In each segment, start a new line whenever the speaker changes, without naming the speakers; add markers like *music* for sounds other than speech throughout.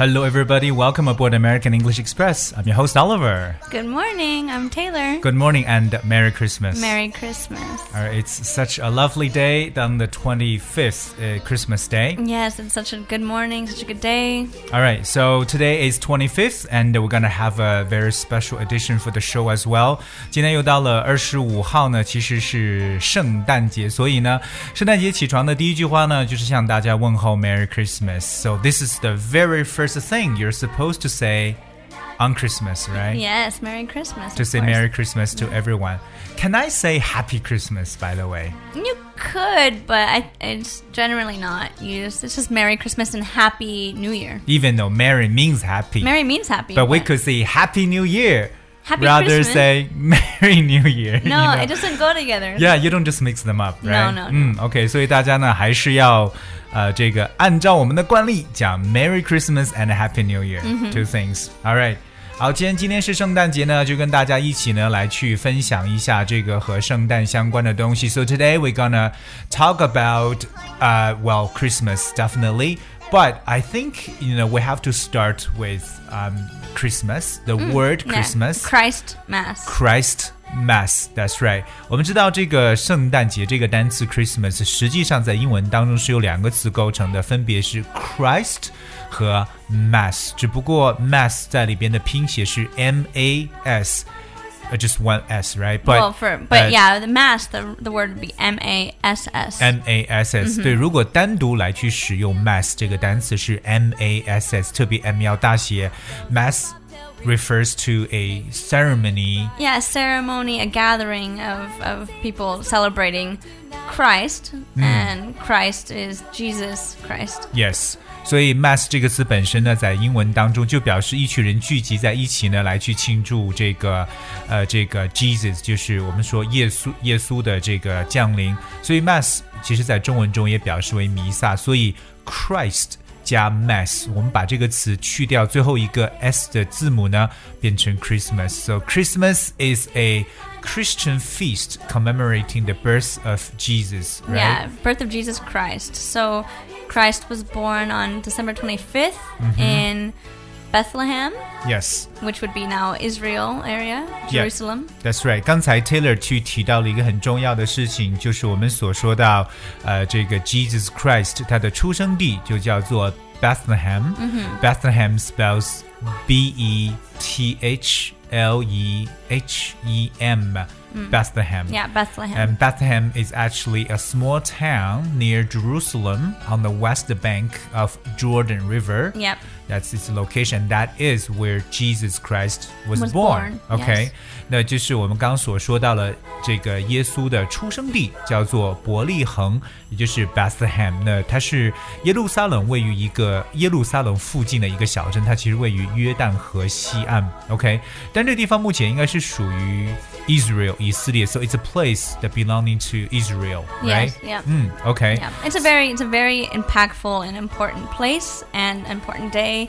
Hello, everybody. Welcome aboard American English Express. I'm your host, Oliver.
Good morning. I'm Taylor.
Good morning and Merry Christmas.
Merry Christmas.
All right, it's such a lovely day on the 25th, uh, Christmas Day.
Yes, it's such a good morning, such a good day.
All right, so today is 25th, and we're gonna have a very special edition for the show as well. 今天又到了二十五号呢，其实是圣诞节，所以呢，圣诞节起床的第一句话呢，就是向大家问候 Merry Christmas。So this is the very first thing you're supposed to say on Christmas, right?
Yes, Merry Christmas.
To
of
say
course.
Merry Christmas to everyone. Can I say Happy Christmas, by the way?
You could, but I, it's generally not used. It's just Merry Christmas and Happy New Year.
Even though Merry means happy.
Merry means happy.
But we could say Happy New Year.
Happy
rather
Christmas.
say *laughs* Merry New Year. you
No,
know?
it doesn't go together.
Yeah, you don't just mix them up,
No,
right?
no, no.
嗯，OK，所以大家呢还是要，呃，这个按照我们的惯例讲 Merry Christmas and Happy New Year、two
Mm-hmm.
things. All right. 好，既然今天是圣诞节呢，就跟大家一起呢来去分享一下这个和圣诞相关的东西。So today we're gonna talk about, uh, well, Christmas definitely, but I think you know we have to start with um Christmas, the word
Mm, Yeah.
Christmas.
Christ Mass.
Christ Mass. That's right。我们知道这个圣诞节这个单词 Christmas，实际上在英文当中是由两个词构成的，分别是 Christ 和 Mass。只不过 Mass 在里边的拼写是 M A S。呃 Just one S, right? But
well, for but
uh,
yeah, the Mass. The the word would be M A S S.
M A S
Mm-hmm。
S，、对，如果单独来去使用 mass 这个单词是 M A S S，特别 M 要大写。Mass refers to a ceremony
yeah, a ceremony, a gathering of, of people celebrating Christ,
Hmm.
and Christ is Jesus Christ.
Yes，所以 mass 这个词本身呢，在英文当中就表示一群人聚集在一起呢，来去庆祝这个，呃，这个 Jesus，就是我们说耶稣耶稣的这个降临。所以 mass 其实在中文中也表示为弥撒，所以 Christ 加 mass，我们把这个词去掉最后一个 s 的字母呢，变成 Christmas。So Christmas is a Christian feast commemorating the birth of Jesus, right?
Yeah, birth of Jesus Christ. So Christ was born on December 25th
Mm-hmm.
in Bethlehem,
Yes.
which would be now Israel area,
Yeah.
Jerusalem.
That's right。刚才 Taylor 去提到了一个很重要的事情，就是我们所说到，呃，这个 Jesus Christ 他的出生地就叫做 Bethlehem。Bethlehem spells B E T H L E H E M。Bethlehem。
Yeah, Bethlehem.
And Bethlehem is actually a small town near Jerusalem on the west bank of Jordan River.
Yep.
That's its location. That is where Jesus Christ was,
Was
born.
born,
OK，、
yes.
那就是我们刚刚所说到了这个耶稣的出生地，叫做伯利恒，也就是 Bethlehem。那它是耶路撒冷位于一个耶路撒冷附近的一个小镇，它其实位于约旦河西岸。OK，但这个地方目前应该是属于 Israel 以色列，so it's a place that belonging to Israel, right?
Yes, yeah.
嗯，OK，
Yeah. It's a very it's a very impactful and important place and important day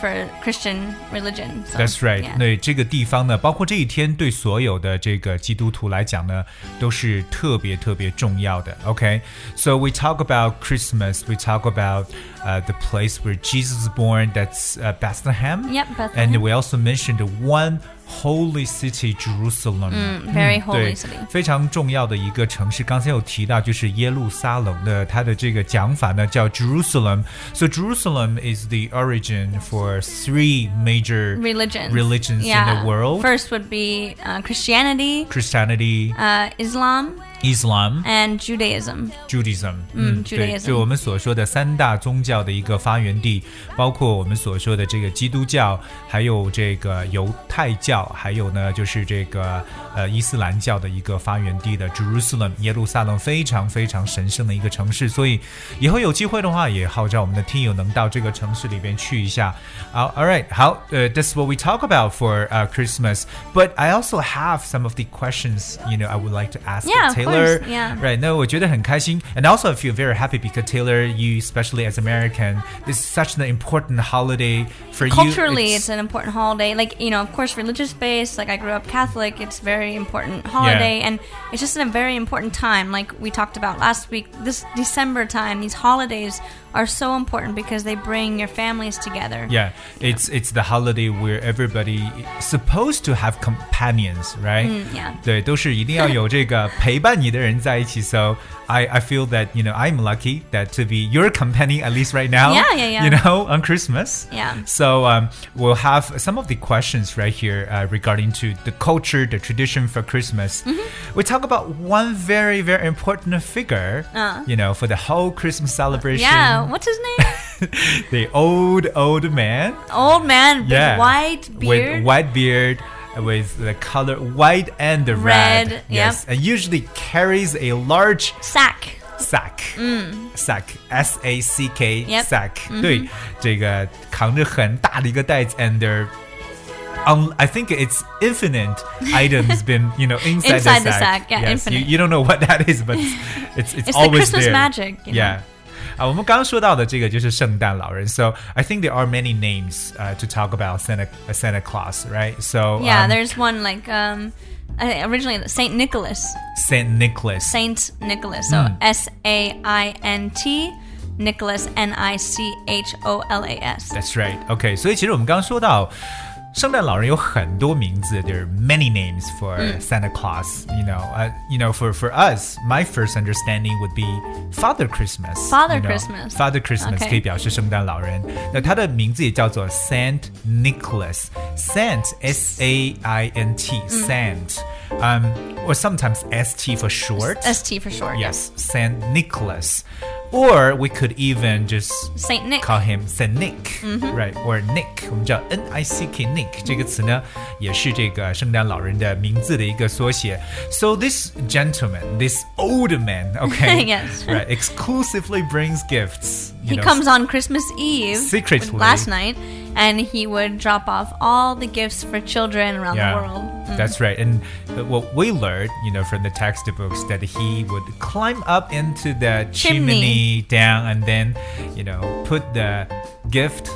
for Christian religion. So,
That's right.
yeah.
那这个地方呢，包括这一天，对所有的这个基督徒来讲呢，都是特别特别重要的。OK，so、we talk about Christmas. We talk about uh, the place where Jesus was born. That's uh, Bethlehem.
Yep, Bethlehem.
And we also mentioned one holy city, Jerusalem.
very
对
holy city.
非常重要的一个城市。刚才有提到，就是耶路撒冷的，它的这个讲法呢叫 Jerusalem。So Jerusalem is the origin for three major
Religions.
religions
yeah.
in the world:
First would be uh, Christianity,
Christianity,
uh, Islam,
Islam,
and Judaism.
Judaism。
嗯
对，
Judaism
就我们所说的三大宗教的一个发源地，包括我们所说的这个基督教，还有这个犹太教，还有呢就是这个呃伊斯兰教的一个发源地的 Jerusalem 耶路撒冷，非常非常神圣的一个城市。所以以后有机会的话，也号召我们的听友能到这个城市里边去一下。好，All right，好，呃，That's what we talk about for uh, Christmas. But I also have some of the questions you know I would like to ask
Yeah, of
Taylor Taylor.
course, yeah.
Right. No, 我觉得很开心. And also I feel very happy because Taylor, you especially as American, this is such an important holiday for you.
Culturally, it's, an important holiday. Like, you know, of course, religious based, like I grew up Catholic, it's very important holiday. And it's just a very important time. Like we talked about last week, this December time, these holidays are so important because they bring your families together.
Yeah, it's it's the holiday where everybody is supposed to have companions, right?
Mm, 嗯，yeah.
*laughs* 对，都是一定要有这个陪伴你的人在一起。So I I feel that you know I'm lucky that to be your companion at least right now.
Yeah, yeah, yeah.
You know on Christmas.
Yeah.
So um, we'll have some of the questions right here uh, regarding to the culture, the tradition for Christmas.
Mm-hmm.
We talk about one very very important figure.
Uh.
You know for the whole Christmas celebration.
Yeah, what's his
*laughs*
name?
the old old man.
Old man, big
Yeah.
white beard.
With white beard, with the color white and the red.
Red,
Yes. And usually carries a large
sack.
sack. Sack. S A C K.
Yep.
Sack. 对，这个扛着很大的一个袋子 and their um, I think it's infinite
*laughs*
items been you know inside,
Inside
the
the
sack.
sack, yeah,
yes, you,
infinite.
you don't know what that is, but
*laughs*
it's it's,
It's the
always
Christmas
there.
magic, you know?
yeah. 啊，我们刚刚说到的这个就是圣诞老人。So I think there are many names uh, to talk about Santa uh, Santa Claus, right? So
Yeah,
um,
there's one like um, I, originally Saint Nicholas,
Saint Nicholas.
Saint Nicholas. So
Hmm.
S A I N T Nicholas N I C H O L A S.
That's right. OK，所以其实我们刚刚说到。圣诞老人有很多名字，there are many names for
Mm.
Santa Claus. You know, uh, you know, for for us, my first understanding would be Father Christmas.
Father
you know,
Christmas.
Father Christmas
OK
可以表示圣诞老人。那他的名字也叫做 Saint Nicholas. Saint S A I N T.
Mm.
Saint. Um, or sometimes S T for short.
S T for short.
Yes, Saint Nicholas. Or we could even just
Saint Nick. Mm-hmm.
call him Saint Nick, right? Or Nick，我们叫 N I C K Nick 这个词呢，也是这个圣诞老人的名字的一个缩写。So this gentleman, this old man, okay,
*laughs* Yes.
right, exclusively brings gifts. you
He
know,
comes on Christmas Eve
Secretly.
last night, and he would drop off all the gifts for children around the world. Mm. Hmm.
That's right. And uh, what we learned, you know, from the textbooks, that he would climb up into the chimney,
Chimney.
down and then, you know, put the gift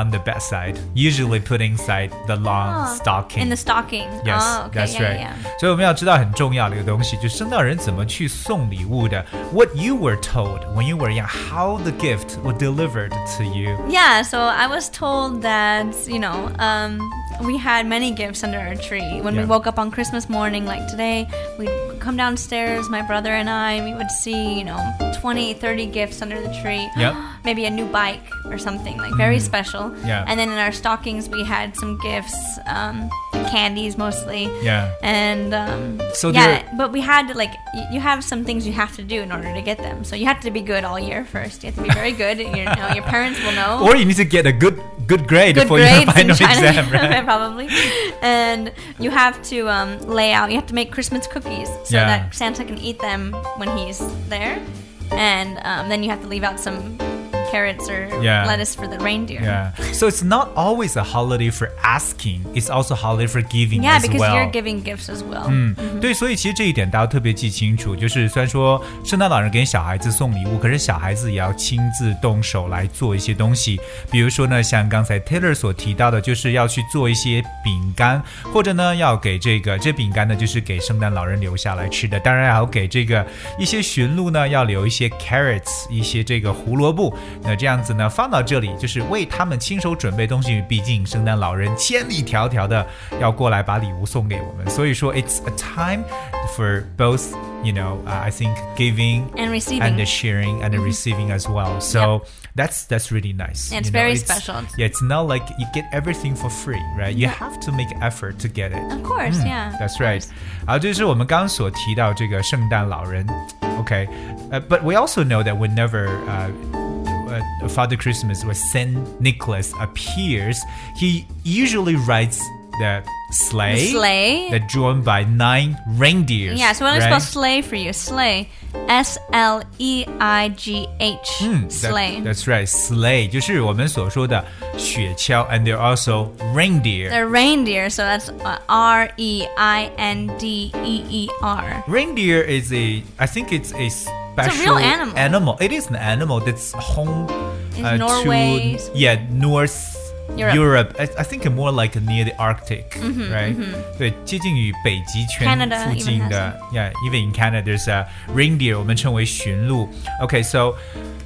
on the bedside, usually put inside the long
Oh,
stocking.
In the stocking.
Yes,
oh, okay,
that's
yeah,
right.
yeah, yeah.
所以我们要知道很重要的一个东西，就是圣诞人怎么去送礼物的。What you were told when you were young, how the gift was delivered to you.
Yeah, so I was told that, you know, um, we had many gifts under our tree. When
Yeah.
we woke up on Christmas morning, like today, we'd come downstairs, my brother and I, we would see, you know, 20, 30 gifts under the tree.
Yep.
*gasps*
Mm-hmm.
Maybe a new bike or something, like very special.
Yeah.
And then in our stockings, we had some gifts, um, candies mostly.
Yeah.
And um,
So
yeah,
there-
but we had to like y- you have some things you have to do in order to get them. So you have to be good all year first. You have to be very good. and your- you know, your parents will know
Or you need to get a good good grade
Oh. good
for *laughs*
grades
your final
in China, *laughs*
exam, right?
probably. And you have to um, lay out. You have to make Christmas cookies so
Yeah.
that Santa can eat them when he's there. And um, then you have to leave out some carrots or
Yeah.
lettuce for the reindeer.
Yeah. So it's not always a holiday for asking, it's also a holiday for giving
Yeah,
as
because
well. Hmm.
you're giving Mm-hmm. gifts as well.
嗯，对，所以其实这一点大家特别记清楚，就是虽然说圣诞老人给小孩子送礼物，可是小孩子也要亲自动手来做一些东西，比如说呢，像刚才 Taylor 所提到的，就是要去做一些饼干，或者呢要给这个这饼干呢就是给圣诞老人留下来吃的，当然还要给这个一些驯鹿呢要留一些 carrots，一些这个胡萝卜，那这样子呢放到这里就是为他们亲手准备东西，毕竟圣诞老人千里迢迢的要过来把礼物送给我们，所以说 it's a time for both you know、I uh, think giving
And receiving.
and the sharing and the receiving as well. So that's that's really nice.
Mm-hmm. And it's
you know,
very special.
Yeah, it's not like you get everything for free, right? You have to make effort to get it.
Of course, yeah.
Hmm. That's right. 好，这是我们刚刚所提到这个圣诞老人。Okay, uh, but we also know that whenever uh, uh, Father Christmas or Saint Nicholas appears, he usually rides the sleigh,
sleigh.
that drawn by nine reindeers.
Yeah, so I'm
right?
gonna spell sleigh for you. Sleigh. S L E I G H.
Mm, that-
Sleigh.
Hmm, That's right, sleigh 就是我们所说的雪橇，and they're also reindeer。
They're reindeer, so that's uh, R E I N D E E R.
Reindeer is a, I think it's a special
real animal.
It is an animal that's home
In Norway.
to yeah North
Europe. Mm-hmm,
I, I think more like near the Arctic, right? 对，接近于北极圈
Canada even
附近的 uh, Yeah, even in Canada, there's a reindeer. 我们称为驯鹿. Okay, so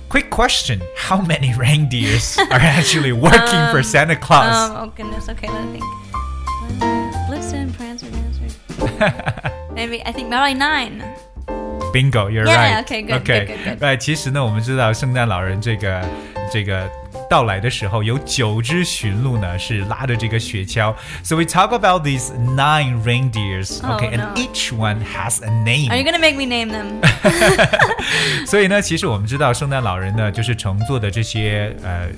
quick question: How many *laughs* reindeers are actually working for Santa Claus?
Um, oh goodness. Okay, let me think. Blitzen, Prancer, Dancer.
*laughs*
Maybe I think probably nine.
Bingo, you're
Yeah,
right.
okay, good,
okay.
good, good, good.
Right, 其实呢，我们知道圣诞老人这个这个到来的时候，有九只驯鹿呢是拉着这个雪橇。So we talk about these nine reindeers,
Oh,
okay, and
no.
each one has a name.
Are you gonna make me name
*laughs*
them?
所以呢，其实我们知道，圣诞老人呢，就是乘坐的这些呃，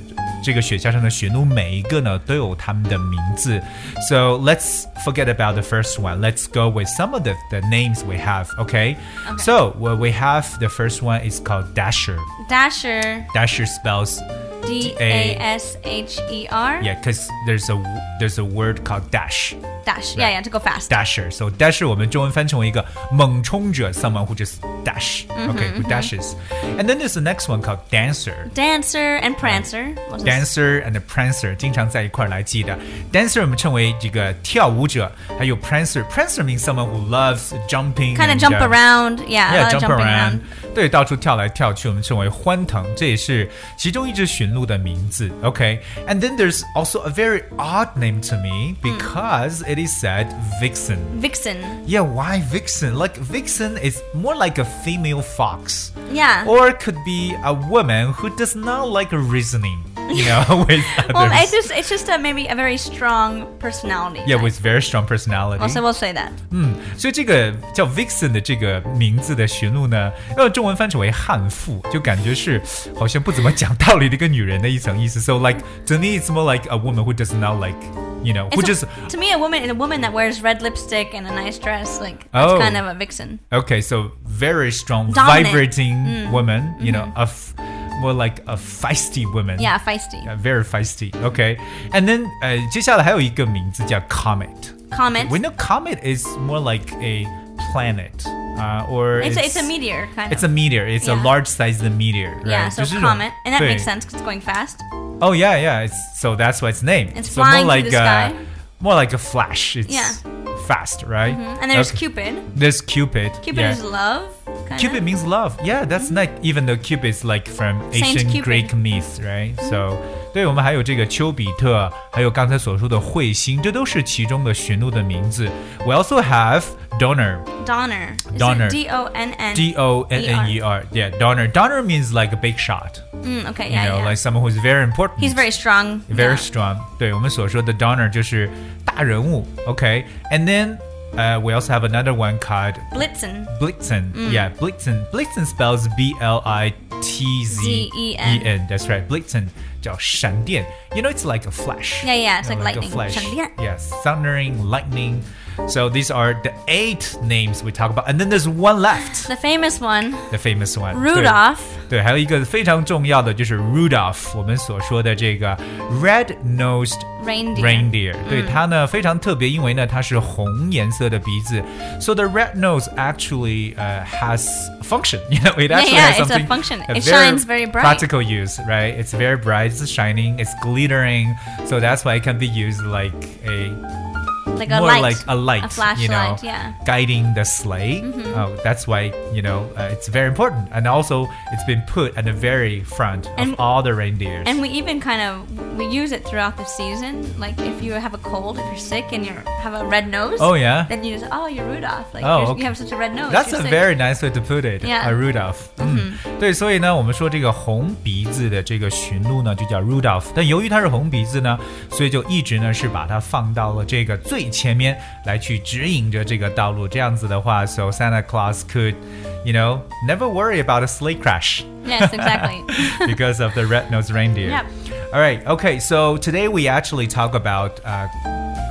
这个雪橇上的驯鹿，每一个呢都有他们的名字。So let's forget about the first one. Let's go with some of the the names we have. Okay. So what we have, the first one is called Dasher.
Dasher.
Dasher spells
D A S H E R.
yeah, because there's a there's a word called dash.
Dash. Yeah, yeah, to go fast.
Dasher. So dasher 我们中文翻成为一个猛冲者 someone who just dash. Okay, who dashes. And then there's the next one called dancer.
Dancer and Prancer. What is-
Dancer and Prancer 经常在一块儿来记的。Dancer 我们称为这个跳舞者，还有 Prancer。Prancer means someone who loves jumping.
Kind
and,
of jump
uh,
around. Yeah, I
Yeah,
like
jump
jumping
around.
around.
对，到处跳来跳去，我们称为欢腾，这也是其中一只驯鹿的名字。OK，and、then there's also a very odd name to me because it is said vixen.
Vixen.
Yeah, why vixen? Like vixen is more like a female fox.
Yeah.
Or could be a woman who does not like reasoning, you know, *laughs* with others.
*laughs* Well, it's just it's just a, maybe a very strong personality.
Yeah,
type.
with very strong personality.
also we'll say that.
嗯，所以这个叫 Vixen 的这个名字的驯鹿呢，要中文翻成为悍妇，就感觉是好像不怎么讲道理的一个女人的一层意思。So like to me, it's more like a woman who does not like, you know, who
It's a-
just
to me a woman a woman that wears red lipstick and a nice dress like that's
Oh.
kind of a vixen.
okay, so very strong,
Dominant. Mm. Mm-hmm.
vibrating woman, you know, a f- more like a feisty woman.
Yeah, feisty.
Yeah, very feisty. Okay, and then 呃，接下来还有一个名字叫 Comet.
Comet.
We know Comet is more like a planet, uh, or
It's, a, it's a meteor kind
It's a
of.
meteor. It's a
Yeah.
large sized meteor. Right?
yeah, so
就是这种-
comet, and that
对。
makes sense 'cause it's going fast.
Oh yeah, yeah. It's so that's why its name.
It's
so more
flying
like
through the
a,
sky.
more like a flash. It's
Yeah. Mm-hmm.
fast, right?
And there's
Okay.
Cupid.
There's Cupid.
Cupid
yeah.
is love. Kind
Cupid
of.
means love. Yeah, that's like even though Cupid is like from
Saint
ancient
Cupid. Mm-hmm.
Greek myth, right? So，对我们还有这个丘比特，还有刚才所说的彗星，这都是其中的驯鹿的名字。We also have Donner.
Donner. Is it
Donner.
D-O-N-N?
D O N N E R. Yeah, Donner. Donner means like a big shot.
Mm, okay,
You
yeah,
know,
yeah.
like someone who's very important.
He's very strong.
very
yeah.
strong. 对我们所说的 Donner 就是大人物。Okay, and then uh, we also have another one called
Blitzen.
Blitzen.
Mm.
Yeah, Blitzen. Blitzen spells B L I T Z E
Z-E-N.
N. That's right. Blitzen 叫闪电. You know, it's like a flash.
Yeah, yeah, it's
You know,
like
A
lightning.
flash.
闪电.
Yeah, thundering, lightning. So these are the eight names we talk about, and then there's one left,
The famous one,
the famous one, 对。
Rudolph.
对，还有一个非常重要的就是 Rudolph，我们所说的这个 red-nosed
Reindeer.
reindeer，对它呢非常特别，因为呢它是红颜色的鼻子。So the red nose actually uh, has function. *laughs* You know, it
Yeah,
actually
yeah,
has
it's a
something.
function. It shines very bright.
Practical use, right? It's very bright. It's shining. It's glittering. So that's why it can be used like a
Like a
more
light.
like a light,
A
you know,
flashlight, yeah. Mm-hmm.
guiding the sleigh. Oh, that's why you know uh, it's very important, and also it's been put at the very front
And-
of all the reindeers.
And we even kind of we use it throughout the season. Like if you have a cold, if you're sick and you have a red nose.
Oh, yeah.
Then you just oh you're Rudolph. Like
Oh,
you're-
okay.
you have such a red nose.
That's
you're
a
sick.
very nice way to put it.
Yeah. Mm-hmm.
a Rudolph. 嗯，对，所以呢，我们说这个红鼻子的这个驯鹿呢，就叫 Rudolph。但由于它是红鼻子呢，所以就一直呢是把它放到了这个最前面来去指引着这个道路。这样子的话，so Santa Claus could, you know, never worry about a sleigh crash
yes,
*laughs*
exactly. *laughs*
because of the red-nosed reindeer.
Yep.
All right. Okay. So today we actually talk about uh,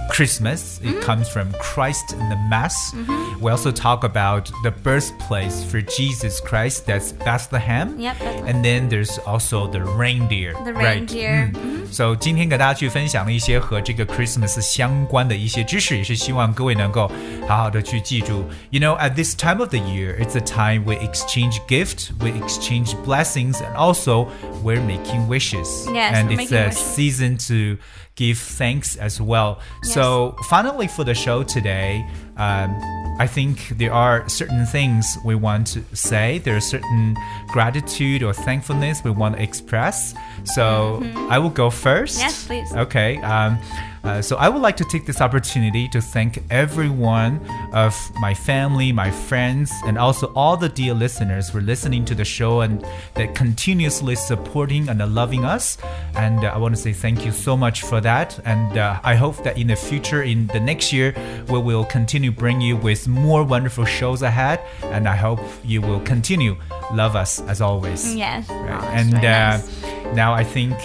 Christmas.
Mm-hmm.
It comes from Christ and the Mass. We also talk about the birthplace for Jesus Christ. That's Bethlehem.
Yep, Bethlehem.
And then there's also the reindeer.
The
right?
reindeer.
嗯
Mm-hmm.
So 今天给大家去分享了一些和这个 Christmas 相关的一些知识，也是希望各位能够好好的去记住。You know, at this time of the year, it's a time we exchange gift, we exchange blessings, and also we're making wishes.
Yes,
and
we're
it's
making
a
wishes.
season to give thanks as well. So finally, for the show today. Um, I think there are certain things we want to say. There are certain gratitude or thankfulness we want to express. So I will go first.
Mm-hmm. Yes, please.
Okay. Um, uh, so I would like to take this opportunity to thank everyone of my family, my friends, and also all the dear listeners for listening to the show and that continuously supporting and loving us. And uh, I want to say thank you so much for that. And uh, I hope that in the future, in the next year, we will continue bring you with more wonderful shows ahead. And I hope you will continue love us as always.
Yes.
Right.
Oh, that's
and
very
uh,
nice.
now I think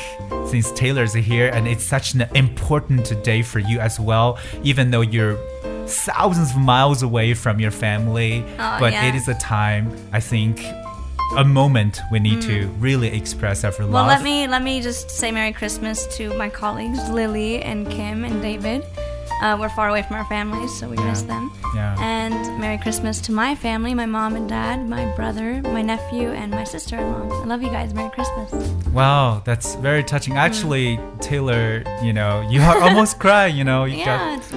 since Taylor's here and it's such an important day for you as well, even though you're thousands of miles away from your family,
Oh,
but
yeah.
it is a time I think a moment we need to really express our love.
Mm. Well, let me let me just say Merry Christmas to my colleagues Lily and Kim and David. Uh, we're far away from our families, so we miss them.
Yeah.
And Merry Christmas to my family, my mom and dad, my brother, my nephew, and my sister-in-law. I love you guys. Merry Christmas.
Wow, that's very touching.
Mm.
Actually, Taylor, you know, you are *laughs* almost crying. You know, you
Yeah. It's,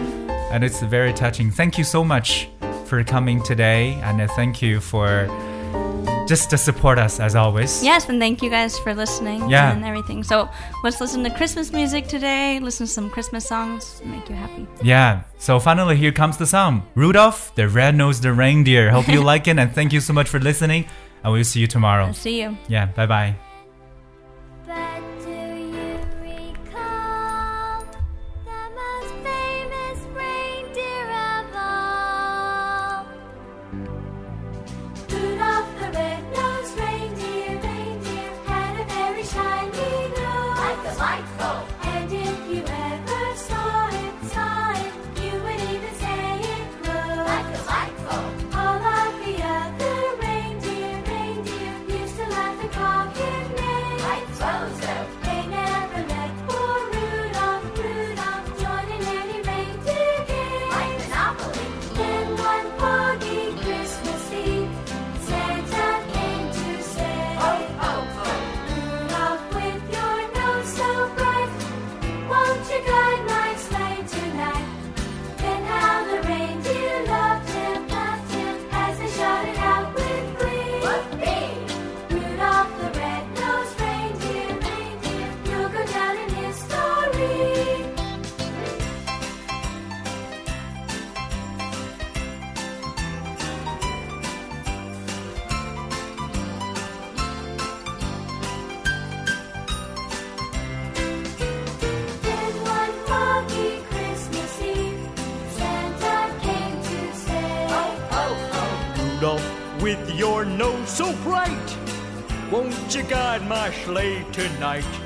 and it's very touching. Thank you so much for coming today, and uh, thank you for just to support us as always.
yes, and thank you guys for listening
Yeah.
and everything. So let's listen to Christmas music today. Listen to some Christmas songs. Make you happy.
Yeah. So finally, here comes the song Rudolph the Red-Nosed Reindeer. Hope you like it, and thank you so much for listening. I will see you tomorrow.
See you.
Yeah. Bye bye.
But do you recall the most famous reindeer of all? Rudolph the red-nosed reindeer, reindeer had a very shiny nose. Like a light bulb. And if you ever saw it, saw it, you would even say it glowed. Like a light bulb. All of the other reindeer, reindeer used to laugh and call him names. Like Bozo. They never let poor Rudolph, Rudolph join in any reindeer game. Like Monopoly. Then one foggy Christmas Eve, Santa came to say, Rudolph, with your nose so bright, won't you guide my sleigh tonight? Then how the reindeer loved him, loved him, as they shouted out with glee. Rudolph the red-nosed reindeer, reindeer, you'll go down in history. Then one foggy Christmas Eve, Santa came to say,
Rudolph, with your nose so bright, won't you guide my sleigh tonight?